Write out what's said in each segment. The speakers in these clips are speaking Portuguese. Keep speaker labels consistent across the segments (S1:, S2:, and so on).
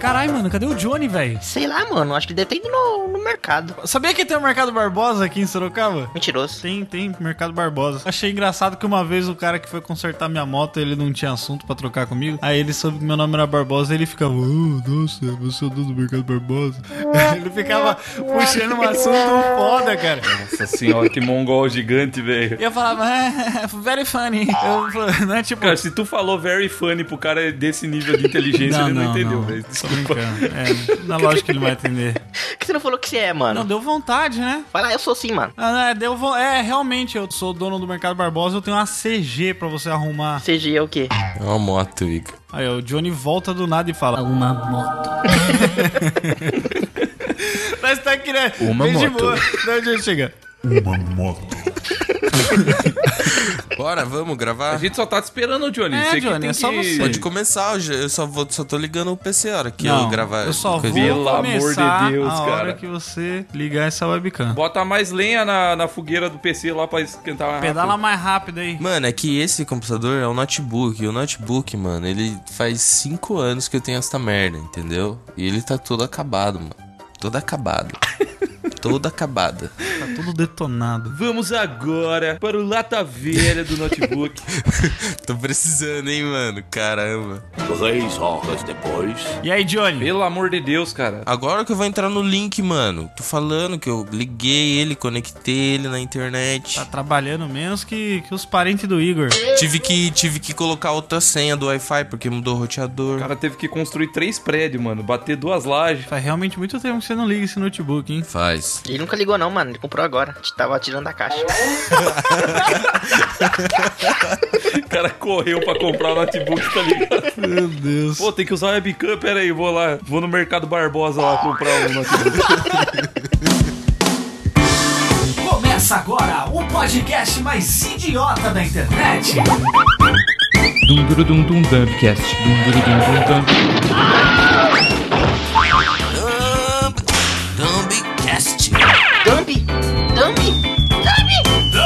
S1: Caralho, mano, cadê o Johnny, velho?
S2: Sei lá, mano. Acho que ele deve ter ido no, no mercado.
S1: Sabia que tem o Mercado Barbosa aqui em Sorocaba?
S2: Mentiroso.
S1: Tem, tem, Mercado Barbosa. Achei engraçado que uma vez o cara que foi consertar minha moto, ele não tinha assunto pra trocar comigo. Aí ele soube que meu nome era Barbosa, ele ficava, oh, nossa, você é o dono do Mercado Barbosa. ele ficava puxando um assunto foda, cara.
S3: Nossa senhora, que mongol gigante, velho.
S1: E eu falava, é, very funny. Eu, né, tipo,
S3: Cara, se tu falou very funny pro cara desse nível de inteligência, ele não, entendeu, velho.
S1: Tô brincando. É, na lógica que ele vai entender.
S2: Por que você não falou que você é, mano?
S1: Não, deu vontade, né?
S2: Vai lá, eu sou sim, mano.
S1: Ah, não, é, deu vo- é, realmente, eu sou dono do Mercado Barbosa, eu tenho uma CG pra você arrumar.
S2: CG é o quê?
S3: É uma moto, Igor.
S1: Aí ó, o Johnny volta do nada e fala:
S4: Uma moto.
S1: Nós tá aqui, né?
S3: Uma
S1: Bem de
S3: moto.
S1: boa. Não, Johnny, chega.
S5: Bora, vamos gravar?
S3: A gente só tá te esperando, Johnny.
S1: É,
S3: Você que
S1: Johnny,
S3: tem
S1: é só
S3: que-
S1: você.
S5: Pode começar, eu já- eu só, vou, só tô ligando o PC a hora que eu gravar.
S1: eu só vou
S5: coisa.
S3: Pelo amor de
S1: começar
S3: Deus,
S1: a hora
S3: cara.
S1: que você ligar essa webcam.
S3: Bota mais lenha na, na fogueira do PC lá pra esquentar mais
S1: Pedala
S3: rápido.
S1: mais rápido aí.
S5: Mano, é que esse computador é um notebook. E o notebook, mano, ele faz 5 anos que eu tenho essa merda, entendeu? E ele tá todo acabado, mano. Todo acabado. todo acabada.
S1: Tá tudo detonado.
S3: Vamos agora para o lata velha do notebook.
S5: Tô precisando, hein, mano? Caramba.
S6: Três horas depois.
S1: E aí, Johnny?
S3: Pelo amor de Deus, cara.
S5: Agora que eu vou entrar no link, mano. Tô falando que eu liguei ele, conectei ele na internet.
S1: Tá trabalhando menos que, que os parentes do Igor.
S5: Tive que, tive que colocar outra senha do Wi-Fi porque mudou o
S3: O
S5: roteador.
S3: cara teve que construir três prédios, mano. Bater duas lajes.
S1: Faz realmente muito tempo que você não liga esse notebook, hein?
S5: Faz.
S2: Ele nunca ligou, não, mano. Ele comprou agora. A gente tava tirando da caixa.
S3: O cara correu pra comprar o notebook, tá ligado?
S1: Meu Deus.
S3: Pô, tem que usar webcam, pera aí, vou lá. Vou no Mercado Barbosa lá comprar o notebook.
S4: Começa agora o podcast mais idiota da internet.
S5: Dumbcast.
S2: Dump! Dump!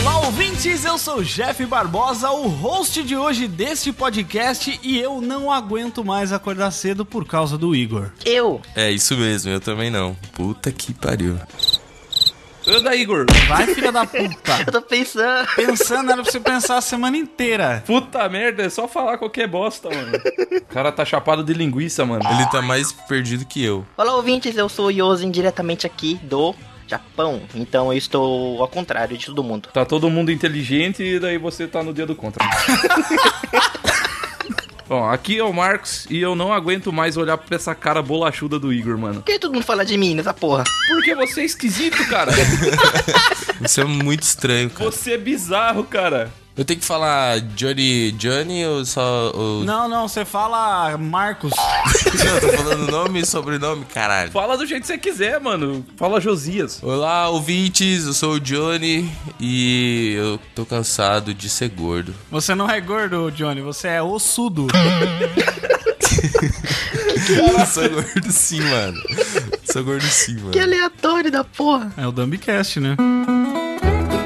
S1: Olá, ouvintes! Eu sou o Jeff Barbosa, o host de hoje deste podcast, e eu não aguento mais acordar cedo por causa do Igor.
S2: Eu!
S5: É isso mesmo, eu também não. Puta que pariu.
S3: Anda, Igor.
S1: Vai, filha da puta!
S2: Eu tô pensando.
S1: Pensando, era pra você pensar a semana inteira.
S3: Puta merda, é só falar qualquer bosta, mano. O cara tá chapado de linguiça, mano.
S5: Ele tá mais perdido que eu.
S2: Olá, ouvintes. Eu sou o Yosin, diretamente aqui do Japão. Então eu estou ao contrário de todo mundo.
S3: Tá todo mundo inteligente e daí você tá no dia do contra. Bom, aqui é o Marcos e eu não aguento mais olhar pra essa cara bolachuda do Igor, mano.
S2: Por que todo mundo fala de mim nessa porra?
S3: Porque você é esquisito, cara.
S5: Isso é muito estranho, cara.
S3: Você é bizarro, cara.
S5: Eu tenho que falar Johnny Johnny ou só. Ou...
S1: Não, não, você fala Marcos.
S5: eu tô falando nome e sobrenome, caralho.
S3: Fala do jeito que você quiser, mano. Fala Josias.
S5: Olá, ouvintes, eu sou o Johnny e eu tô cansado de ser gordo.
S1: Você não é gordo, Johnny, você é ossudo.
S5: eu sou gordo sim, mano. Sou gordo sim, mano.
S2: Que aleatório da porra.
S1: É o Dumbcast, né?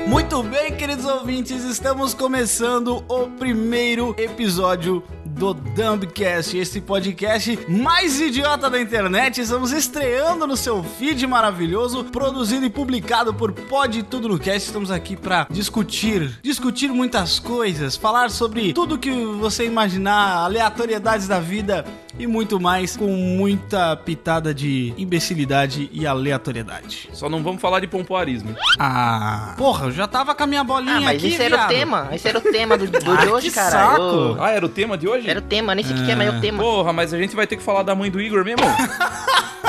S1: Muito bem, queridos ouvintes, estamos começando o primeiro episódio do Dumbcast, esse podcast mais idiota da internet. Estamos estreando no seu feed maravilhoso, produzido e publicado por Pod Tudo no Cast. Estamos aqui para discutir, discutir muitas coisas, falar sobre tudo que você imaginar, aleatoriedades da vida e muito mais, com muita pitada de imbecilidade e aleatoriedade.
S3: Só não vamos falar de pompoarismo.
S1: Ah. Porra, eu já tava com a minha bolinha
S2: Ah, mas
S1: aqui,
S2: esse era
S1: viado.
S2: o tema. Esse era o tema do, do de
S1: Ah,
S2: hoje,
S1: que
S2: cara.
S1: saco. Ah.
S2: Ô,
S3: Ah, era o tema de hoje?
S2: Era o tema, nem sei o que que é, mas é o tema.
S3: Porra, mas a gente vai ter que falar da mãe do Igor mesmo?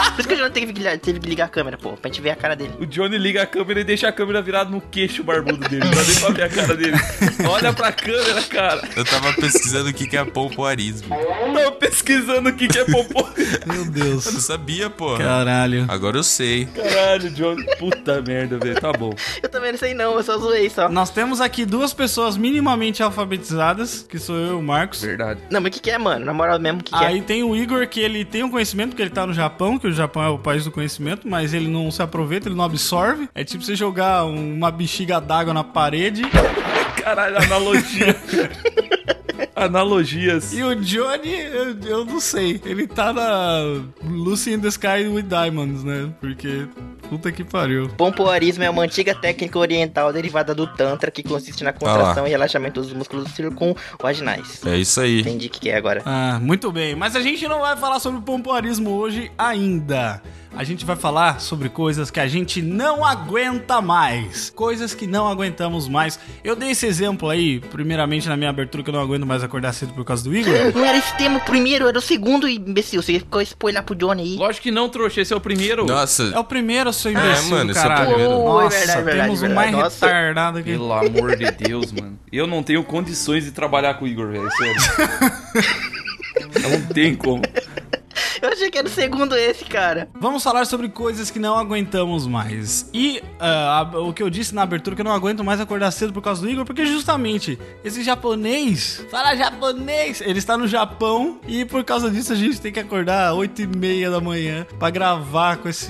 S2: Por isso que eu já teve que, ligar, teve que ligar a câmera, pô, pra gente ver a cara dele.
S3: O Johnny liga a câmera e deixa a câmera virada no queixo barbudo dele, pra nem pra ver é a cara dele. Olha pra câmera, cara.
S5: Eu tava pesquisando o que que é pompoarismo.
S3: Tava pesquisando o que, que é popô.
S1: Meu Deus.
S5: Eu não sabia, porra.
S1: Caralho.
S5: Agora eu sei.
S3: Caralho, Johnny. Puta merda, velho. Tá bom.
S2: Eu também não sei não, eu só zoei só.
S1: Nós temos aqui duas pessoas minimamente alfabetizadas, que sou eu e o Marcos.
S3: Verdade.
S2: Não, mas o que, que é, mano? Na moral mesmo, o que, que é?
S1: Aí tem o Igor, que ele tem um conhecimento, porque ele tá no Japão, que o Japão é o país do conhecimento, mas ele não se aproveita, ele não absorve. É tipo você jogar um- uma bexiga d'água na parede.
S3: Caralho, analogia. Analogias.
S1: E o Johnny, eu, eu não sei. Ele tá na Lucy in the Sky with Diamonds, né? Porque. Puta que pariu.
S2: Pompoarismo é uma antiga técnica oriental derivada do Tantra que consiste na contração e relaxamento dos músculos circunvaginais.
S5: É isso aí.
S2: Entendi o que que é agora.
S1: Ah, muito bem. Mas a gente não vai falar sobre pompoarismo hoje ainda. A gente vai falar sobre coisas que a gente não aguenta mais. Coisas que não aguentamos mais. Eu dei esse exemplo aí, primeiramente na minha abertura, que eu não aguento mais acordar cedo por causa do Igor.
S2: Não era esse tema o primeiro, era o segundo, imbecil. Você ficou spoiler pro Johnny aí.
S3: Lógico que não, trouxa. Esse é o primeiro.
S1: É
S5: Nossa,
S1: o primeiro, seu imbecil,
S5: mano, esse é o
S1: caralho.
S5: primeiro.
S1: Nossa,
S2: Oi, verdade, é verdade,
S1: temos um
S2: verdade.
S1: mais
S2: Nossa.
S1: retardado aqui.
S3: Pelo amor de Deus, mano. Eu não tenho condições de trabalhar com o Igor, velho. Sério. Não tem como.
S2: Eu achei que era o segundo esse, cara.
S1: Vamos falar sobre coisas que não aguentamos mais. E ah, a- o que eu disse na abertura, que eu não aguento mais acordar cedo por causa do Igor, porque justamente esse japonês, fala japonês, ele está no Japão e por causa disso a gente tem que acordar 8 e meia da manhã pra gravar com esse...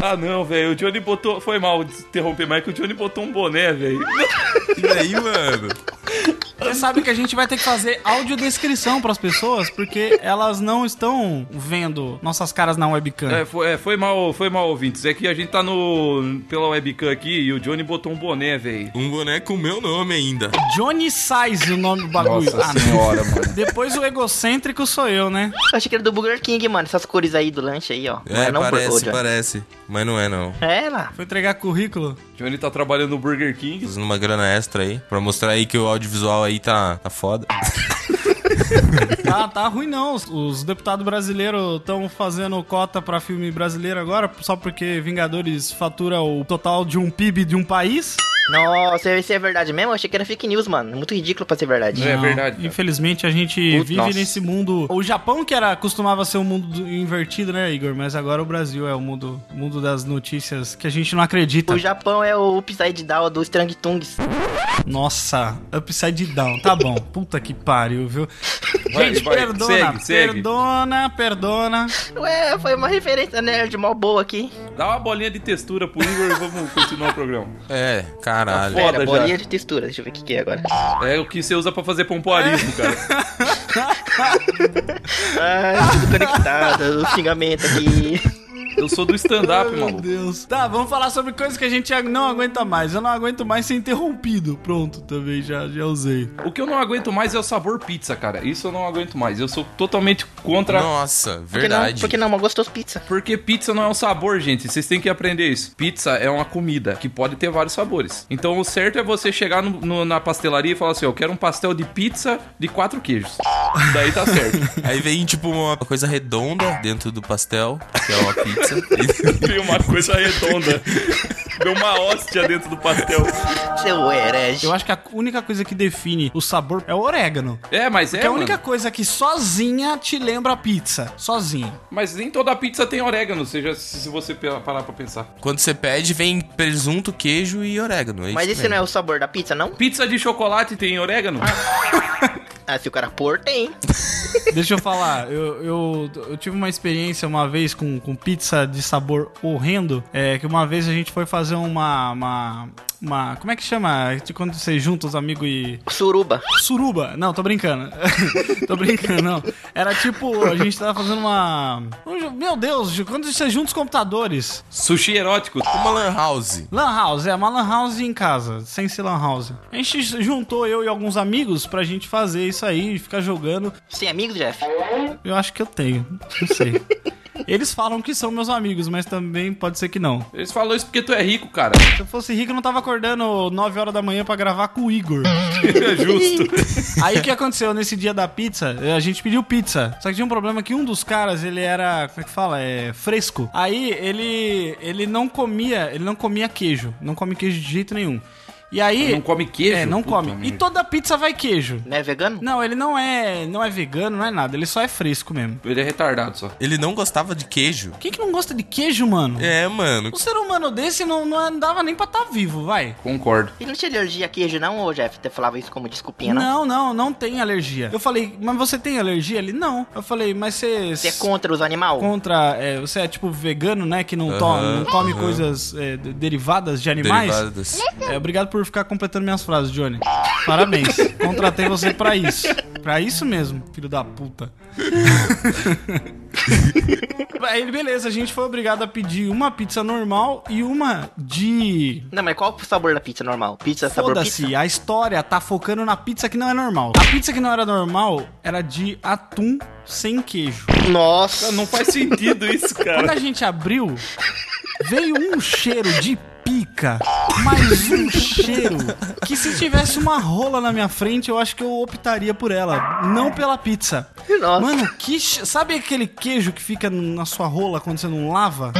S3: Ah, não, velho. O Johnny botou. Foi mal de interromper, mas é que o Johnny botou um boné, velho.
S5: e aí, mano?
S1: Você sabe que a gente vai ter que fazer audiodescrição pras pessoas, porque elas não estão vendo nossas caras na webcam.
S3: É, foi, é, foi mal, foi mal, ouvintes. É que a gente tá no. pela webcam aqui e o Johnny botou um boné, velho.
S5: Um boneco com meu nome ainda.
S1: Johnny Size o nome do bagulho. Ah, não.
S3: senhora, mano.
S1: Depois o egocêntrico sou eu, né?
S2: Eu achei que era do Burger King, mano. Essas cores aí do lanche aí, ó.
S5: É,
S2: não
S5: parece,
S2: Burger, Johnny.
S5: parece. Mas não é, não.
S2: É lá.
S1: Foi entregar currículo.
S3: Johnny tá trabalhando no Burger King.
S5: Fazendo uma grana extra aí, pra mostrar aí que o audiovisual aí tá, tá foda.
S1: Tá, tá ruim não. Os- Os deputados brasileiros estão fazendo cota pra filme brasileiro agora, só porque Vingadores fatura o total de um PIB de um país.
S2: Nossa, isso é verdade mesmo? Eu achei que era fake news, mano. Muito ridículo pra ser verdade.
S3: É
S1: Não,
S3: verdade, cara.
S1: Infelizmente a gente
S2: Putz,
S1: vive
S2: nossa.
S1: nesse mundo. O Japão que era costumava ser um mundo do- invertido, né, Igor? Mas agora o Brasil é o mundo, mundo das notícias que a gente não acredita.
S2: O Japão é o Upside Down do Strang Tungs.
S1: Nossa, upside down. Tá bom. Puta que pariu, viu?
S3: Vai,
S1: gente,
S3: vai,
S1: perdona,
S3: segue, segue.
S1: perdona, perdona.
S2: Ué, é, foi uma referência nerd mó boa aqui.
S3: Dá uma bolinha de textura pro Igor e vamos continuar o programa.
S5: É, caralho.
S3: Tá Foda
S2: Pera,
S3: já.
S2: bolinha de textura. Deixa eu ver o que, que é agora.
S3: É o que você usa pra fazer pompoarismo, cara.
S2: Ai, tudo conectado. o xingamento aqui.
S3: Eu sou do stand-up, maluco.
S1: Deus. Tá, vamos falar sobre coisas que a gente não aguenta mais. Eu não aguento mais ser interrompido. Pronto, também já, já usei.
S3: O que eu não aguento mais é o sabor pizza, cara. Isso eu não aguento mais. Eu sou totalmente contra.
S2: Por
S5: Nossa,
S2: que não?
S5: verdade.
S2: Por que não? Uma gostosa pizza.
S3: Porque pizza não é um sabor, gente. Vocês têm que aprender isso. Pizza é uma comida que pode ter vários sabores. Então o certo é você chegar no- no- na pastelaria e falar assim: eu quero um pastel de pizza de quatro queijos. Daí tá certo.
S5: Aí vem, tipo, uma coisa redonda dentro do pastel, que é uma pizza.
S3: Tem uma coisa redonda. Deu uma hóstia dentro do pastel.
S2: Seu herege.
S1: Eu acho que a única coisa que define o sabor é o orégano.
S3: É, mas é.
S1: Que é a
S3: mano.
S1: única coisa que sozinha te lembra a pizza. Sozinha.
S3: Mas nem toda pizza tem orégano, seja se se você pe- parar pra pensar.
S5: Quando você pede, vem presunto, queijo e orégano.
S2: Mas esse não é o sabor da pizza, não?
S3: Pizza de chocolate tem orégano?
S2: Ah, se o cara pôr, tem.
S1: Deixa eu falar, eu, eu, eu tive uma experiência uma vez com, com pizza de sabor horrendo. É que uma vez a gente foi fazer uma. uma, uma- como é que chama? De Quando você junta os amigos e.
S2: Suruba.
S1: Suruba! Não, tô brincando. tô brincando, não. Era tipo, a gente tava fazendo uma. um ju- Meu Deus, Ju, quando você junta os computadores.
S3: Sushi erótico.
S5: Uma lan house.
S1: Lan House, é uma Lan House em casa, sem ser Lan House. A gente juntou eu e alguns amigos pra gente fazer isso aí, ficar jogando.
S2: Sem amigos, é Jeff?
S1: Eu acho que eu tenho. Não sei. Eles falam que são meus amigos, mas também pode ser que não.
S3: Eles falam isso porque tu é rico, cara.
S1: Se eu fosse rico, eu não tava acordando 9 horas da manhã pra gravar com o Igor.
S3: É justo.
S1: Aí o que aconteceu nesse dia da pizza? A gente pediu pizza. Só que tinha um problema que um dos caras, ele era, como é que fala? É fresco. Aí ele ele não comia, ele não comia queijo, não come queijo de jeito nenhum. E aí.
S3: Não come queijo?
S1: É, não
S3: Puta
S1: come. E
S3: merda.
S1: toda pizza vai queijo.
S2: Não é vegano?
S1: Não, ele não é, não é vegano, não é nada, ele só é fresco mesmo.
S3: Ele é retardado só.
S5: Ele não gostava de queijo.
S1: Quem que não gosta de queijo, mano?
S5: É, mano.
S1: Um ser humano desse não, não andava nem pra estar vivo, vai.
S3: Concordo.
S2: Ele não tinha alergia a queijo, não, ô Jeff? Você falava isso como desculpinha, não?
S1: Não, não, não tem alergia. Eu falei, mas você tem alergia? Ele, não. Eu falei, mas você...
S2: Você é contra os animais?
S1: contra, é, você é tipo vegano, né? Que não, to- não
S5: Aham,
S1: come
S5: aham.
S1: coisas é, de- derivadas de animais.
S5: Derivadas.
S1: É, obrigado por ficar completando minhas frases, Johnny. Parabéns. Contratei você pra isso. Pra isso mesmo, filho da puta. Aí, beleza, a gente foi obrigado a pedir uma pizza normal e uma de.
S2: Não, mas qual o sabor da pizza normal? Pizza sabor pizza?
S1: Foda-se, a história tá focando na pizza que não é normal. A pizza que não era normal era de atum sem queijo.
S2: Nossa!
S3: Não faz sentido isso,
S1: Quando
S3: cara.
S1: a gente abriu, veio um cheiro de pica, mas um cheiro que se tivesse uma rola na minha frente, eu acho que eu optaria por ela, não pela pizza.
S2: Nossa.
S1: Mano, que che- sabe aquele queijo que fica na sua rola quando você não lava?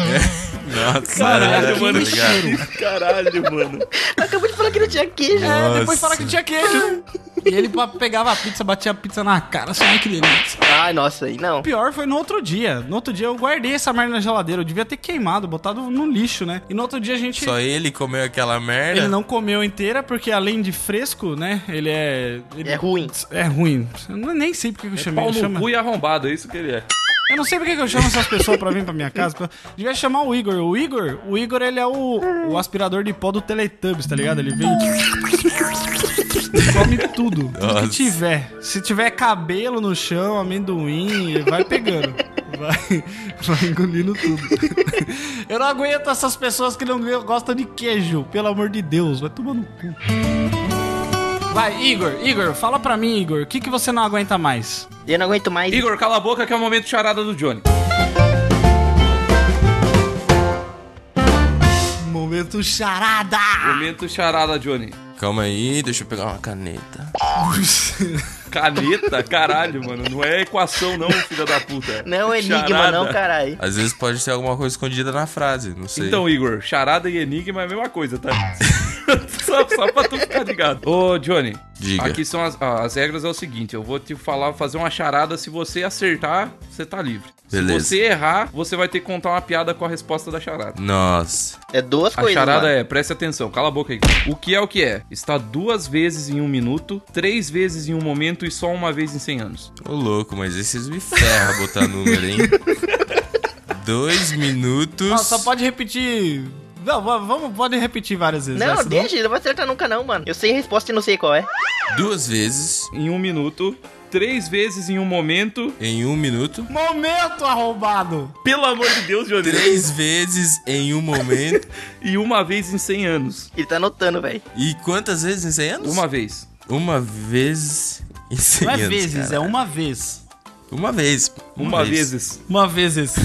S5: Nossa,
S1: Caralho,
S5: tá
S1: mano, que
S5: ligado?
S1: cheiro.
S3: Caralho, mano.
S2: Acabou de falar que não tinha queijo.
S1: É, depois
S5: Nossa.
S1: fala que tinha queijo. E ele pa- pegava a pizza, batia a pizza na cara, assim, ai que delícia.
S2: Ai, nossa, aí não.
S1: O pior foi no outro dia. No outro dia eu guardei essa merda na geladeira. Eu devia ter queimado, botado no lixo, né? E no outro dia a gente.
S5: Só ele comeu aquela merda.
S1: Ele não comeu inteira porque além de fresco, né? Ele é. ele-
S2: É ruim.
S1: É ruim. Eu não- nem sei porque que eu chamei.
S3: Pau
S1: Eu,
S3: no
S1: chamo-
S3: cu e arrombado, é isso que ele é.
S1: eu não sei porque que eu chamo essas pessoas pra vir pra minha casa. Pra... Devia chamar o Igor. O Igor, o Igor, ele é o, o aspirador de pó do Teletubbies, tá ligado? Ele vem. e Come tudo. Tudo
S5: Nossa.
S1: que tiver. Se tiver cabelo no chão, amendoim, ele vai pegando. Vai, vai engolindo tudo. Eu não aguento essas pessoas que não gostam de queijo. Pelo amor de Deus, vai tomar no cu. Vai, Igor, Igor, fala pra mim, Igor, o que, que você não aguenta mais?
S2: Eu não aguento mais.
S3: Igor, cala a boca que é o momento charada do Johnny.
S1: Momento charada!
S3: Momento charada, Johnny.
S5: Calma aí, deixa eu pegar uma caneta.
S3: Caneta? Caralho, mano. Não é equação, não, filha da puta.
S2: Não, é enigma
S3: Charada.
S2: não, caralho.
S5: Às vezes pode ter alguma coisa escondida na frase, não sei.
S3: Então, Igor, charada e enigma é a mesma coisa, tá? só, só pra tu ficar ligado. Ô, Johnny.
S5: Diga.
S3: Aqui são as, ah, as regras, é o seguinte, eu vou te falar, fazer uma charada, se você acertar, você tá livre.
S5: Beleza.
S3: Se você errar, você vai ter que contar uma piada com a resposta da charada.
S5: Nossa.
S2: É duas
S3: A
S2: coisas.
S3: charada
S2: mano.
S3: é, preste atenção, cala a boca aí. O que é o que é? Está duas vezes em um minuto, três vezes em um momento e só uma vez em 100 anos.
S5: Ô louco, mas esses me ferram botar número, hein? Dois minutos.
S1: Não, só pode repetir. Não, va- vamos, pode repetir várias vezes.
S2: Não,
S1: essa
S2: deixa, ele não vai acertar nunca, não, mano. Eu sei a resposta e não sei qual é.
S5: Duas vezes.
S3: Em um minuto, três vezes em um momento.
S5: Em um minuto.
S1: Momento arrombado!
S3: Pelo amor de Deus, Johnny.
S5: Três vezes em um momento.
S3: E uma vez em 100 anos.
S2: Ele tá anotando, velho.
S5: E quantas vezes em 100 anos?
S3: Uma vez.
S5: Uma vez em 100
S1: Não é
S5: anos.
S1: vezes,
S5: cara.
S1: é um- uma vez.
S5: Uma vez.
S3: Uma, vezes.
S1: Uma vez esse.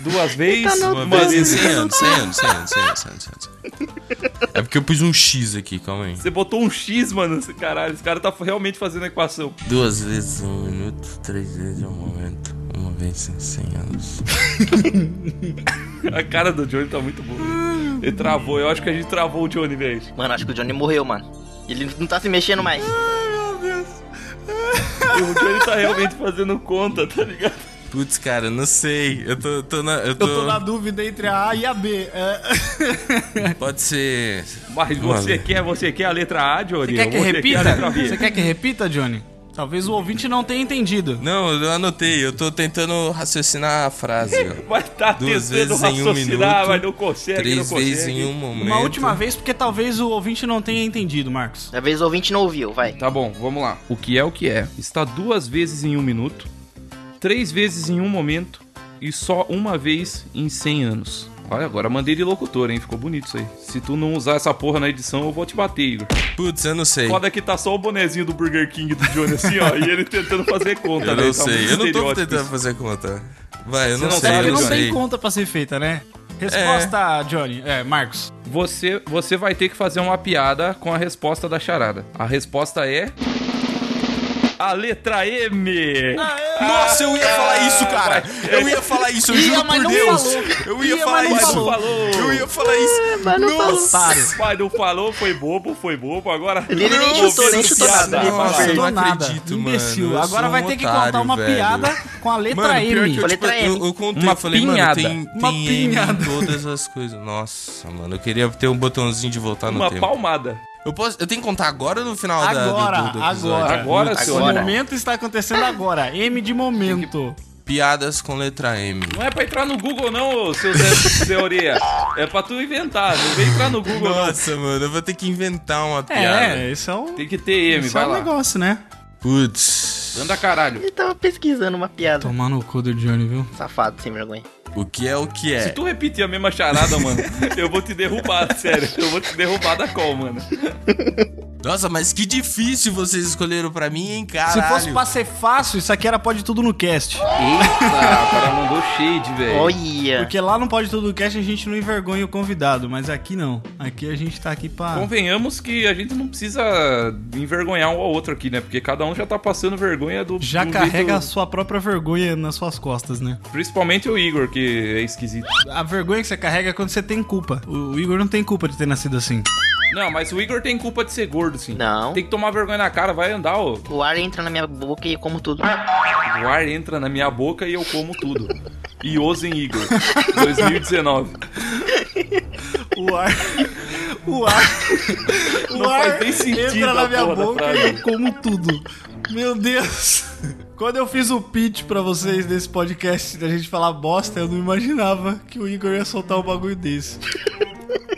S3: Duas vezes.
S5: Uma
S3: uma
S5: vez em
S3: vez.
S5: 100 anos, 100 anos, 100 anos, 100 anos, 100 anos, 100 anos. É porque eu pus um X aqui, calma aí.
S3: Você botou um X, mano. Esse Caralho, esse cara tá realmente fazendo a equação.
S5: Duas vezes em um minuto, três vezes em um momento, uma vez em 100 anos.
S3: A cara do Johnny tá muito boa. Ele travou. Eu acho que a gente travou o Johnny, velho.
S2: Mano, acho que o Johnny morreu, mano. Ele não tá se mexendo mais.
S3: O Johnny tá realmente fazendo conta, tá ligado?
S5: Putz, cara, não sei. Eu tô, tô na. Eu tô,
S1: Eu tô na dúvida entre a A e a B. É,
S5: Pode ser.
S3: Mas você
S5: Mano.
S3: quer, você quer a letra A,
S1: Você
S3: Johnny?
S1: quer que
S3: Ou a
S1: repita?
S3: letra B?
S1: Você quer que repita, Johnny? Talvez o ouvinte não tenha entendido.
S5: Não, eu anotei. Eu tô tentando raciocinar a frase. ó.
S3: Vai tá
S5: Duas
S3: tentando
S5: vezes em um
S3: raciocinar,
S5: minuto,
S3: mas não consegue, não
S5: Três
S3: consegue.
S5: vezes em um momento.
S1: Uma última vez, porque talvez o ouvinte não tenha entendido, Marcos.
S2: Talvez o ouvinte não ouviu, vai.
S3: Tá bom, vamos lá. O que é o que é? Está duas vezes em um minuto, três vezes em um momento e só uma vez em 100 anos. Olha, agora mandei de locutor, hein? Ficou bonito isso aí. Se tu não usar essa porra na edição, eu vou te bater, Igor.
S5: Putz, eu não sei.
S3: Foda que tá só o bonezinho do Burger King do Johnny assim, ó, e ele tentando fazer conta,
S5: Eu
S3: né?
S5: não
S3: Tá muito
S5: sei. Eu não tô
S3: estereótipo
S5: tentando
S3: isso.
S5: fazer conta. Vai, eu
S3: Você
S5: não,
S3: não
S5: sei.
S3: sabe,
S5: É, eu
S1: Ele
S5: não
S1: não
S5: sei.
S1: tem conta pra ser feita, né? Resposta, Johnny. É, Marcos.
S3: Você, você vai ter que fazer uma piada com a resposta da charada. A resposta é. a letra M.
S5: Nossa, eu
S3: Ah,
S5: ia falar isso, cara. Eu ia falar isso, eu
S1: Ia,
S5: juro
S1: mas
S5: por
S1: não
S5: Deus.
S1: falou.
S5: Eu ia,
S1: Ia,
S5: falar
S1: mas não
S5: isso.
S1: falou. Ah,
S5: Eu ia falar isso. Nossa.
S1: Otário.
S3: Pai, não falou, foi bobo, foi bobo. Agora.
S2: Ele nem
S3: Não,
S2: chutou, nem
S3: fez
S2: chutou
S3: piada.
S2: nada, nem
S5: Nossa,
S2: falou.
S5: eu não
S1: Tô nada.
S5: acredito, mano.
S1: Imbecil.
S5: Eu
S1: Agora
S5: sou
S1: vai
S5: um
S1: ter que
S5: otário,
S1: contar uma
S5: velho.
S1: piada com a letra
S5: Mano, pior
S1: M.
S5: que eu, tipo,
S2: Letra M.
S5: eu, eu contei,
S3: Uma
S5: eu falei,
S3: pinhada.
S5: mano, tem,
S3: Uma
S5: tem
S3: pinhada.
S5: M em todas as coisas. Nossa, mano, eu queria ter um botãozinho de voltar no
S3: Uma
S5: tempo.
S3: palmada.
S5: Eu, posso, eu tenho que contar agora ou no final da, do,
S1: Agora,
S5: do, do episódio?
S1: agora.
S3: Agora,
S5: Putz,
S3: senhor.
S1: O
S2: Agora.
S1: momento está acontecendo agora. M de momento.
S5: Piadas com letra M.
S3: Não é pra entrar no Google, não, ô, seu Zé Teoria. É pra tu inventar. Não vem entrar no Google,
S5: Nossa, mano, eu vou ter que inventar uma piada.
S1: É, isso é um,
S3: não. Tem que ter M,
S1: isso é
S3: vai
S1: um
S3: lá.
S1: negócio, né?
S5: Putz.
S3: Anda caralho.
S2: Ele tava pesquisando uma piada.
S1: Tomar no cu do Johnny, viu?
S2: Safado, sem vergonha.
S5: O que é o que
S3: Se
S5: é?
S3: tu repetir a mesma charada, mano, eu vou te derrubar, sério. Eu vou te derrubar da call, mano.
S5: Nossa, mas que difícil vocês escolheram pra mim, hein,
S1: Se
S5: caralho.
S1: fosse pra ser fácil, isso aqui era Pode Tudo no Cast.
S3: Eita, o cara mandou shade, velho.
S2: Olha.
S1: Porque lá no Pode Tudo no Cast a gente não envergonha o convidado, mas aqui não. Aqui a gente tá aqui pra...
S3: Convenhamos que a gente não precisa envergonhar um ao outro aqui, né? Porque cada um já tá passando vergonha do.
S1: Já
S3: do
S1: carrega a
S3: jeito-
S1: sua própria vergonha nas suas costas, né?
S3: Principalmente o Igor, que é esquisito.
S1: A vergonha que você carrega é quando você tem culpa. O Igor não tem culpa de ter nascido assim.
S3: Não, mas o Igor tem culpa de ser gordo, sim.
S2: Não.
S3: Tem que tomar vergonha na cara, vai andar, ô.
S2: O ar entra na minha boca e eu como tudo.
S3: O ar entra na minha boca e eu como tudo. Iosen Igor, 2019.
S1: O ar. O ar. O
S3: Não
S1: ar
S3: faz nem sentido
S1: entra na
S3: a
S1: minha
S3: porra da
S1: boca e
S3: frase.
S1: eu como tudo. Meu Deus. Quando eu fiz o pitch pra vocês desse podcast da gente falar bosta, eu não imaginava que o Igor ia soltar um bagulho desse.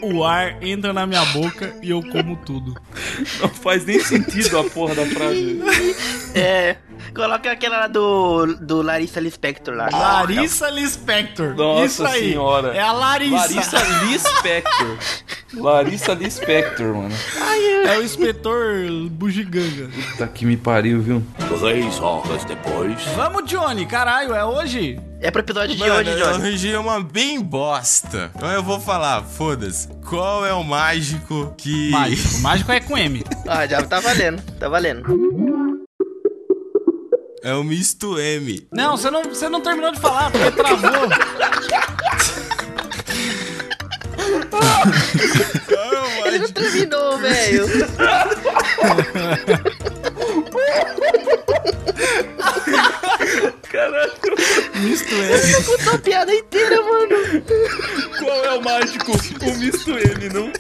S1: O ar entra na minha boca e eu como tudo.
S3: Não faz nem sentido a porra da frase.
S2: é. Coloca aquela lá do, do Larissa Lispector lá.
S1: Larissa Lispector.
S3: Nossa
S1: Isso aí.
S3: senhora.
S1: É a Larissa.
S3: Larissa Lispector. Larissa Lispector, mano.
S1: É o inspetor bugiganga.
S3: Puta que me pariu, viu?
S6: Três horas depois.
S1: Vamos, Johnny. Caralho, é hoje?
S2: É pro episódio de
S5: Mano,
S2: hoje,
S5: eu
S2: Johnny.
S5: arranjei uma bem bosta. Então eu vou falar, foda-se. Qual é o mágico que.
S1: Mágico. Mágico é com M.
S2: Ah, já tá valendo, tá valendo.
S5: É o misto M.
S1: Não, você não, você não terminou de falar, porque travou.
S5: Qual é o mágico?
S2: Terminou, velho.
S1: Misto M.
S2: Puta a piada inteira, mano.
S3: Qual é o mágico? O misto M, não?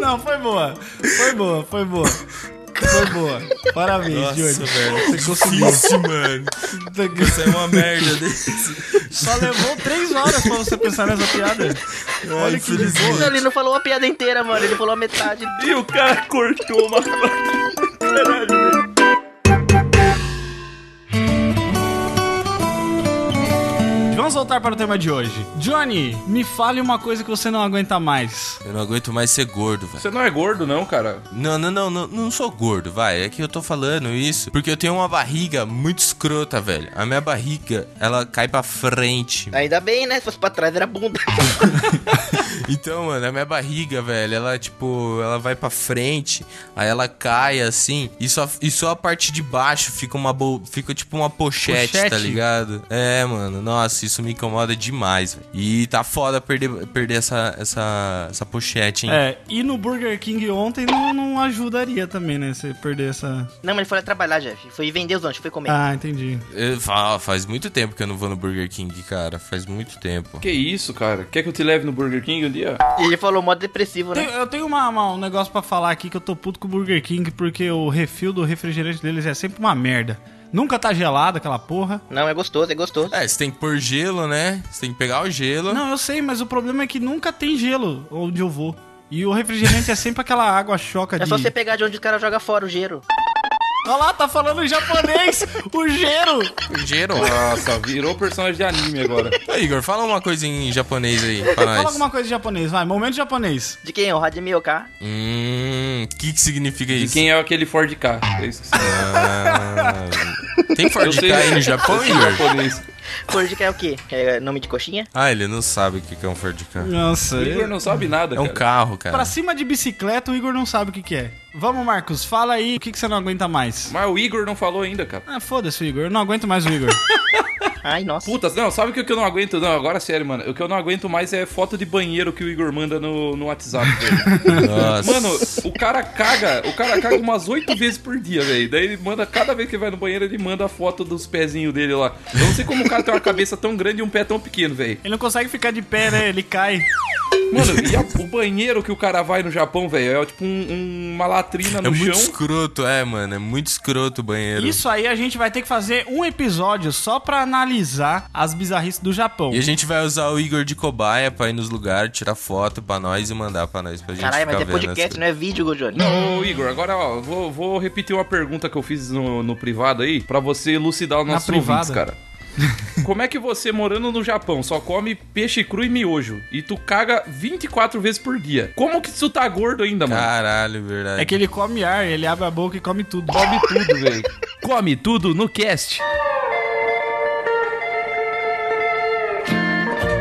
S1: Não, foi boa. Foi boa, foi boa. Foi boa. Parabéns,
S5: Nossa,
S1: Johnny.
S5: velho. Você conseguiu, mano. Isso é uma merda desse.
S1: Só levou três horas pra você pensar nessa piada.
S5: Olha que
S2: Não, ele não falou a piada inteira, mano. Ele falou a metade.
S3: E o cara cortou uma frase. Caralho, velho.
S1: Vamos voltar para o tema de hoje. Johnny, me fale uma coisa que você não aguenta mais.
S5: Eu não aguento mais ser gordo, velho.
S3: Você não é gordo, não, cara.
S5: Não, não, não, não, não sou gordo, vai. É que eu tô falando isso porque eu tenho uma barriga muito escrota, velho. A minha barriga, ela cai pra frente.
S2: Ainda bem, né? Se fosse pra trás era bunda.
S5: Então, mano, a minha barriga, velho, ela, tipo, ela vai pra frente, aí ela cai assim, e só, e só a parte de baixo fica uma bol... fica tipo uma pochete,
S1: Pochete?
S5: tá ligado? É, mano, nossa, isso me incomoda demais, velho. E tá foda perder, perder essa, essa, essa pochete, hein?
S1: É, e no Burger King ontem não, não ajudaria também, né? Você perder essa.
S2: Não, mas ele foi lá trabalhar, Jeff. Foi vender os lanches, foi comer.
S1: Ah, entendi.
S5: Eu fa- faz muito tempo que eu não vou no Burger King, cara. Faz muito tempo.
S3: Que isso, cara? Quer que eu te leve no Burger King um dia?
S2: E ele falou modo depressivo,
S1: Tem-
S2: né?
S1: eu tenho uma- uma- um negócio pra falar aqui que eu tô puto com o Burger King porque o refil do refrigerante deles é sempre uma merda. Nunca tá gelado aquela porra.
S2: Não, é gostoso, é gostoso.
S5: É, você tem que pôr gelo, né? Você tem que pegar o gelo.
S1: Não, eu sei, mas o problema é que nunca tem gelo onde eu vou. E o refrigerante é sempre aquela água choca
S2: É
S1: de...
S2: só você pegar de onde o cara joga fora o gelo.
S1: Olha lá, tá falando em japonês! o gelo!
S5: Gelo.
S3: Nossa, virou personagem de anime agora.
S5: Ô, Igor, fala uma coisa em japonês aí pra nós.
S1: Fala alguma coisa de japonês, vai. Momento japonês.
S2: De quem? O Radimil K.
S5: Hum, o que, que significa
S3: E
S5: isso?
S3: quem é aquele Ford K? É isso que você
S5: Ah, Tem Ford
S3: sei.
S5: Ka aí no Japão, Igor?
S3: japonês.
S2: Flor de cá é o quê? É nome de coxinha?
S5: Ah, ele não sabe o que que é um Ford Ka.
S1: Nossa,
S3: O Igor não sabe nada,
S5: É um
S3: cara.
S5: carro, cara.
S1: Pra cima de bicicleta, o Igor não sabe o que, que é. Vamos, Marcos, fala aí o que, que você não aguenta mais.
S3: Mas o Igor não falou ainda, cara.
S1: Ah, foda-se o Igor, eu não aguento mais o Igor.
S2: Ai, nossa.
S3: Puta, não, sabe o que que eu não aguento? Não, agora sério, mano. O que eu não aguento mais é foto de banheiro que o Igor manda no, no WhatsApp. velho.
S5: Nossa.
S3: mano,
S1: tá
S3: o cara caga, o cara caga umas oito vezes por dia, velho. Daí ele manda, cada vez que ele vai no banheiro, ele manda a foto dos pezinhos dele lá. Eu não sei como o cara tem uma cabeça tão grande e um pé tão pequeno, velho.
S1: Ele não consegue ficar de pé, né? Ele cai.
S3: Mano, e a- o banheiro que o cara vai no Japão, velho, é tipo um- um- uma latrina
S5: é
S3: no
S5: muito
S3: chão.
S5: escroto, é, mano. É muito escroto o banheiro.
S1: Isso aí a gente vai ter que fazer um episódio só pra analisar as bizarrices do Japão.
S5: E a gente vai usar o Igor de cobaia pra ir nos lugares, tirar foto pra nós e mandar pra nós pra gente
S2: Caralho, mas
S5: ficar
S2: é
S5: vendo.
S2: podcast,
S5: essa-
S2: não é vídeo, Gol Johnny.
S3: Não, ô, Igor, agora ó, vou, vou repetir uma pergunta que eu fiz no, no privado aí, pra você elucidar os nossos ouvintes,
S1: privada?
S3: cara. Como é que você, morando no Japão, só come peixe cru e miojo e tu caga 24 vezes por dia? Como que tu tá gordo ainda, mano?
S5: Caralho, verdade.
S1: É que ele come ar, ele abre a boca e come tudo.
S3: Come tudo, velho. Come tudo no cast.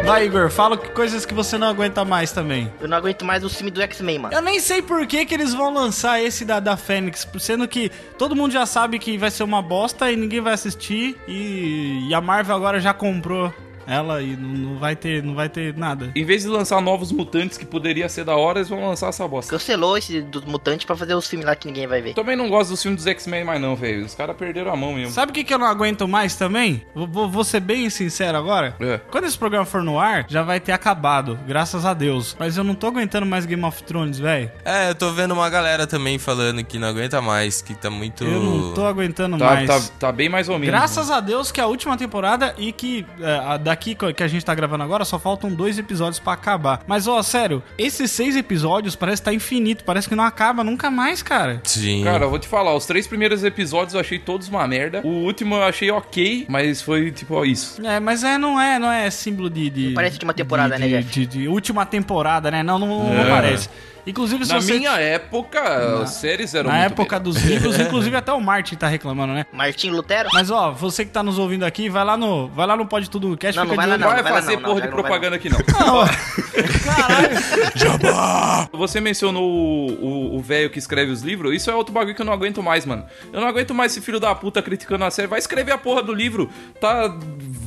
S1: Vai, Igor, fala que coisas que você não aguenta mais também.
S2: Eu não aguento mais o filme do X-Men, mano.
S1: Eu nem sei por que, que eles vão lançar esse da, da Fênix, sendo que todo mundo já sabe que vai ser uma bosta e ninguém vai assistir. E, e a Marvel agora já comprou ela e não, não vai ter, não vai ter nada.
S3: Em vez de lançar novos mutantes que poderia ser da hora, eles vão lançar essa bosta.
S2: Cancelou esse dos mutantes pra fazer os filmes lá que ninguém vai ver.
S3: Também não gosto dos filmes dos X-Men mais não, velho. Os caras perderam a mão mesmo.
S1: Sabe o que, que eu não aguento mais também? Vou, vou- vou ser bem sincero agora.
S3: É.
S1: Quando esse programa for no ar, já vai ter acabado, graças a Deus. Mas eu não tô aguentando mais Game of Thrones, velho.
S5: É, eu tô vendo uma galera também falando que não aguenta mais, que tá muito.
S1: Eu não tô aguentando
S3: Tá,
S1: mais.
S3: tá, tá bem mais ou menos.
S1: Graças a Deus que é a última temporada e que é, a- daqui co- que a gente tá gravando agora só faltam dois episódios pra acabar. Mas, ó, sério, esses seis episódios parece que tá infinito, parece que não acaba nunca mais, cara.
S5: Sim.
S3: Cara, eu vou te falar, os três primeiros episódios eu achei todos uma merda. O último eu achei ok, mas foi tipo ó, isso.
S1: É, mas é, não é, não é símbolo de. de-
S2: Parece última temporada,
S1: de-
S2: né,
S1: de,
S2: Jeff?
S1: de- de última temporada, né? Não, não, não
S3: É.
S1: parece. Inclusive, se
S3: Na
S1: você.
S3: minha época, as séries eram
S1: na
S3: muito
S1: época dos livros, inclusive até o Martin tá reclamando, né?
S2: Martim Lutero?
S1: Mas ó, você que tá nos ouvindo aqui, vai lá no, vai lá no Pode Tudo Cast,
S2: Não,
S1: fica
S2: não vai
S1: de olho.
S2: lá
S3: Não vai
S2: vai lá
S3: fazer
S2: não, não,
S3: porra
S2: já
S3: de
S2: não vai
S3: propaganda aqui não. Você mencionou o- o o velho que escreve os livros. Isso é outro bagulho que eu não aguento mais, mano. Eu não aguento mais esse filho da puta criticando a série. Vai escrever a porra do livro. Tá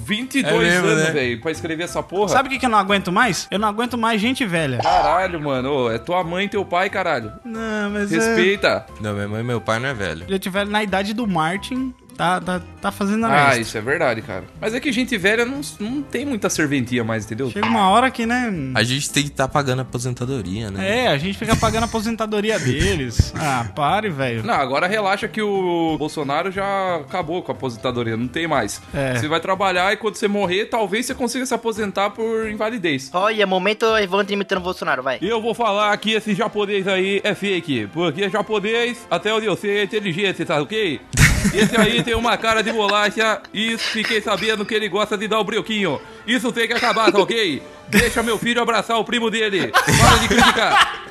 S3: 22
S5: É mesmo,
S3: anos,
S5: né?
S3: velho, pra escrever essa porra.
S1: Sabe o que que eu não aguento mais? Eu não aguento mais gente velha.
S3: Caralho, mano. Ô, é tua mãe e teu pai, caralho.
S1: Não, mas é...
S3: Respeita.
S5: Não, minha mãe e meu pai não é velho.
S1: Já tiveram na idade do Martin, tá, tá, tá fazendo a
S3: Ah,
S1: merda.
S3: isso é verdade, cara. Mas é que gente velha não, não tem muita serventia mais, entendeu?
S1: Chega uma hora que, né...
S5: A gente tem que estar pagando aposentadoria, né?
S1: É, a gente fica pagando a aposentadoria deles. Ah, pare, velho.
S3: Não, agora relaxa que o Bolsonaro já acabou com a aposentadoria, não tem mais.
S1: É.
S3: Você vai trabalhar e quando você morrer, talvez você consiga se aposentar por invalidez.
S2: Olha, momento Evandro imitando o Bolsonaro, vai.
S3: Eu vou falar que esse japonês aí é fake, porque japonês, até onde eu sei, é inteligente, tá ok? Esse aí tem uma cara de bolacha e fiquei sabendo que ele gosta de dar o brioquinho. Isso tem que acabar, tá ok? Deixa meu filho abraçar o primo dele. Para de criticar.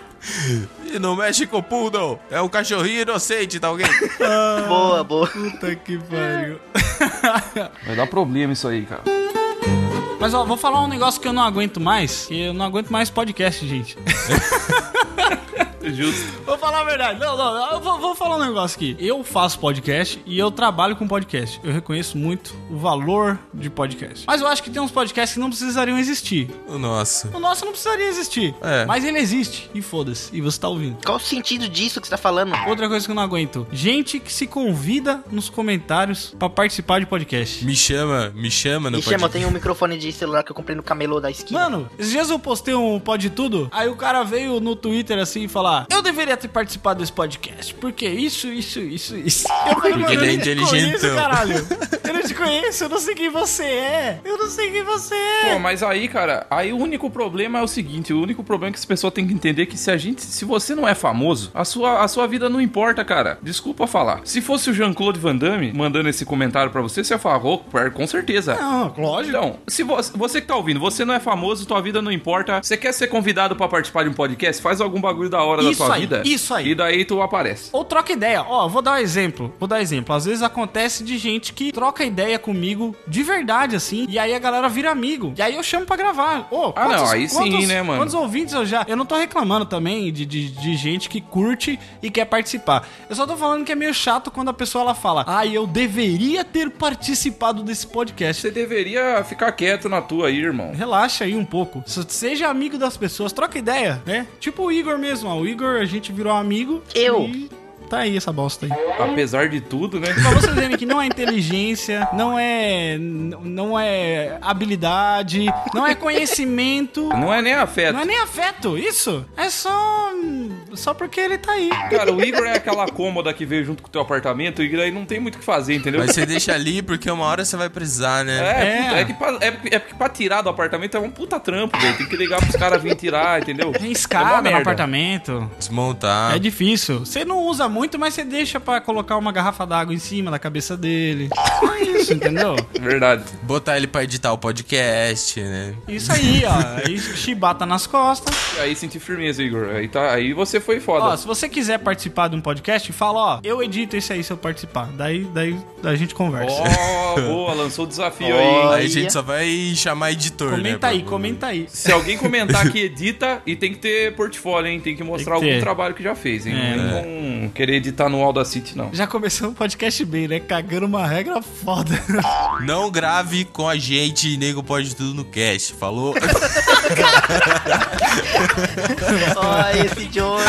S5: E não mexe com o poodle. É um cachorrinho inocente, tá alguém?
S2: Boa, boa.
S1: Puta que pariu.
S3: Vai dar problema isso aí, cara.
S1: Mas ó, vou falar um negócio que eu não aguento mais, que eu não aguento mais podcast, gente.
S3: Justo.
S1: Vou falar a verdade. Não, não, eu vou, vou falar um negócio aqui. Eu faço podcast e eu trabalho com podcast. Eu reconheço muito o valor de podcast. Mas eu acho que tem uns podcasts que não precisariam existir.
S5: o nosso.
S1: O nosso não precisaria existir.
S5: É.
S1: Mas ele existe. E foda-se. E você tá ouvindo.
S2: Qual o sentido disso que você tá falando?
S1: Outra coisa que eu não aguento: gente que se convida nos comentários pra participar de podcast.
S5: Me chama, me chama no
S2: Me chama, eu
S5: podcast.
S2: tenho um microfone de celular que eu comprei no camelô da esquina.
S1: Mano, esses dias eu postei um pod tudo, aí o cara veio no Twitter assim e falar: Eu deveria ter participado desse podcast, porque isso, isso, isso, isso. Eu falei,
S5: Porque ele é
S1: eu não te
S5: inteligentão."
S1: conheço, caralho. Eu não te conheço, eu não sei quem você é. Eu não sei quem você é.
S3: Pô, mas aí, cara, aí o único problema é o seguinte, o único problema que as pessoas têm que entender é que se a gente, se você não é famoso, a sua, a sua vida não importa, cara. Desculpa falar. Se fosse o Jean-Claude Van Damme mandando esse comentário pra você, você ia falar, "Ô, par- com certeza.
S1: Não, lógico.
S3: Então, se você, você que tá ouvindo, você não é famoso, tua vida não importa. Você quer ser convidado pra participar de um podcast? Faz algum bagulho da hora, hora da
S1: Isso
S3: sua
S1: aí,
S3: vida.
S1: isso aí.
S3: E daí tu aparece.
S1: Ou troca ideia. Ó, vou dar um exemplo. Vou dar um exemplo. Às vezes acontece de gente que troca ideia comigo de verdade, assim. E aí a galera vira amigo. E aí eu chamo pra gravar. Ô,
S3: Ah, não, aí sim, né, mano?
S1: Quantos ouvintes eu já. Eu não tô reclamando também de, de, de gente que curte e quer participar. Eu só tô falando que é meio chato quando a pessoa ela fala: Ah, eu deveria ter participado desse podcast.
S3: Você deveria ficar quieto na tua aí, irmão.
S1: Relaxa aí um pouco. Se- Seja amigo das pessoas, troca ideia, né? Tipo o Igor mesmo, ó. O Igor a gente virou amigo.
S2: Eu.
S1: E tá aí essa bosta aí.
S3: Apesar de tudo, né?
S1: Pra vocês verem que não é inteligência, não é. n- não é habilidade, não é conhecimento,
S3: Não é nem afeto.
S1: não é nem afeto, isso? É só. só porque ele tá aí.
S3: Cara, o Igor é aquela cômoda que veio junto com o teu apartamento e daí não tem muito o que fazer, entendeu?
S2: um
S5: Mas você deixa ali porque uma hora você vai precisar, né?
S3: É,
S1: É.
S3: puta, é que pra, é, é porque pra tirar do apartamento é um puta trampo, velho. Tem que ligar pros caras virem tirar, entendeu?
S1: Tem
S3: É uma
S1: escada no
S3: merda. Ah.
S1: apartamento.
S5: Desmontar.
S1: É difícil. Você não usa muito, mas você deixa pra colocar uma garrafa d'água em cima da cabeça dele. É isso, entendeu?
S3: Verdade.
S5: Botar ele pra editar o podcast, né?
S1: Isso aí, ó. Aí chibata nas costas.
S3: Aí senti firmeza, Igor. Aí, tá, aí você foi
S1: Ó,
S3: foda.
S1: se você quiser participar de um podcast, fala, ó, eu edito esse aí se eu participar. Daí, daí a gente conversa.
S3: Ó, boa, lançou o desafio
S2: Ó.
S3: aí. hein?
S5: Aí a
S2: Olha.
S5: gente só vai chamar editor, né?
S1: comenta aí,
S5: pra-
S1: comenta aí.
S3: Se alguém comentar que edita, e tem que ter portfólio, hein? Tem que mostrar
S1: Tem que
S3: algum
S1: ter.
S3: trabalho que já fez, hein?
S1: É.
S3: Não vão querer editar no Audacity, não.
S1: Já começou o podcast bem, né? Cagando uma regra foda.
S5: Não grave com a gente, nego pode tudo no cast, falou?
S2: Ó, esse Johnny.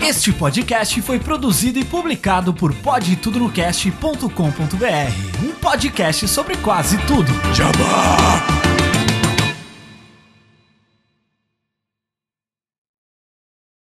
S4: Este podcast foi produzido e publicado por podtudonocast.com.br, um podcast sobre quase tudo.
S5: Jabá!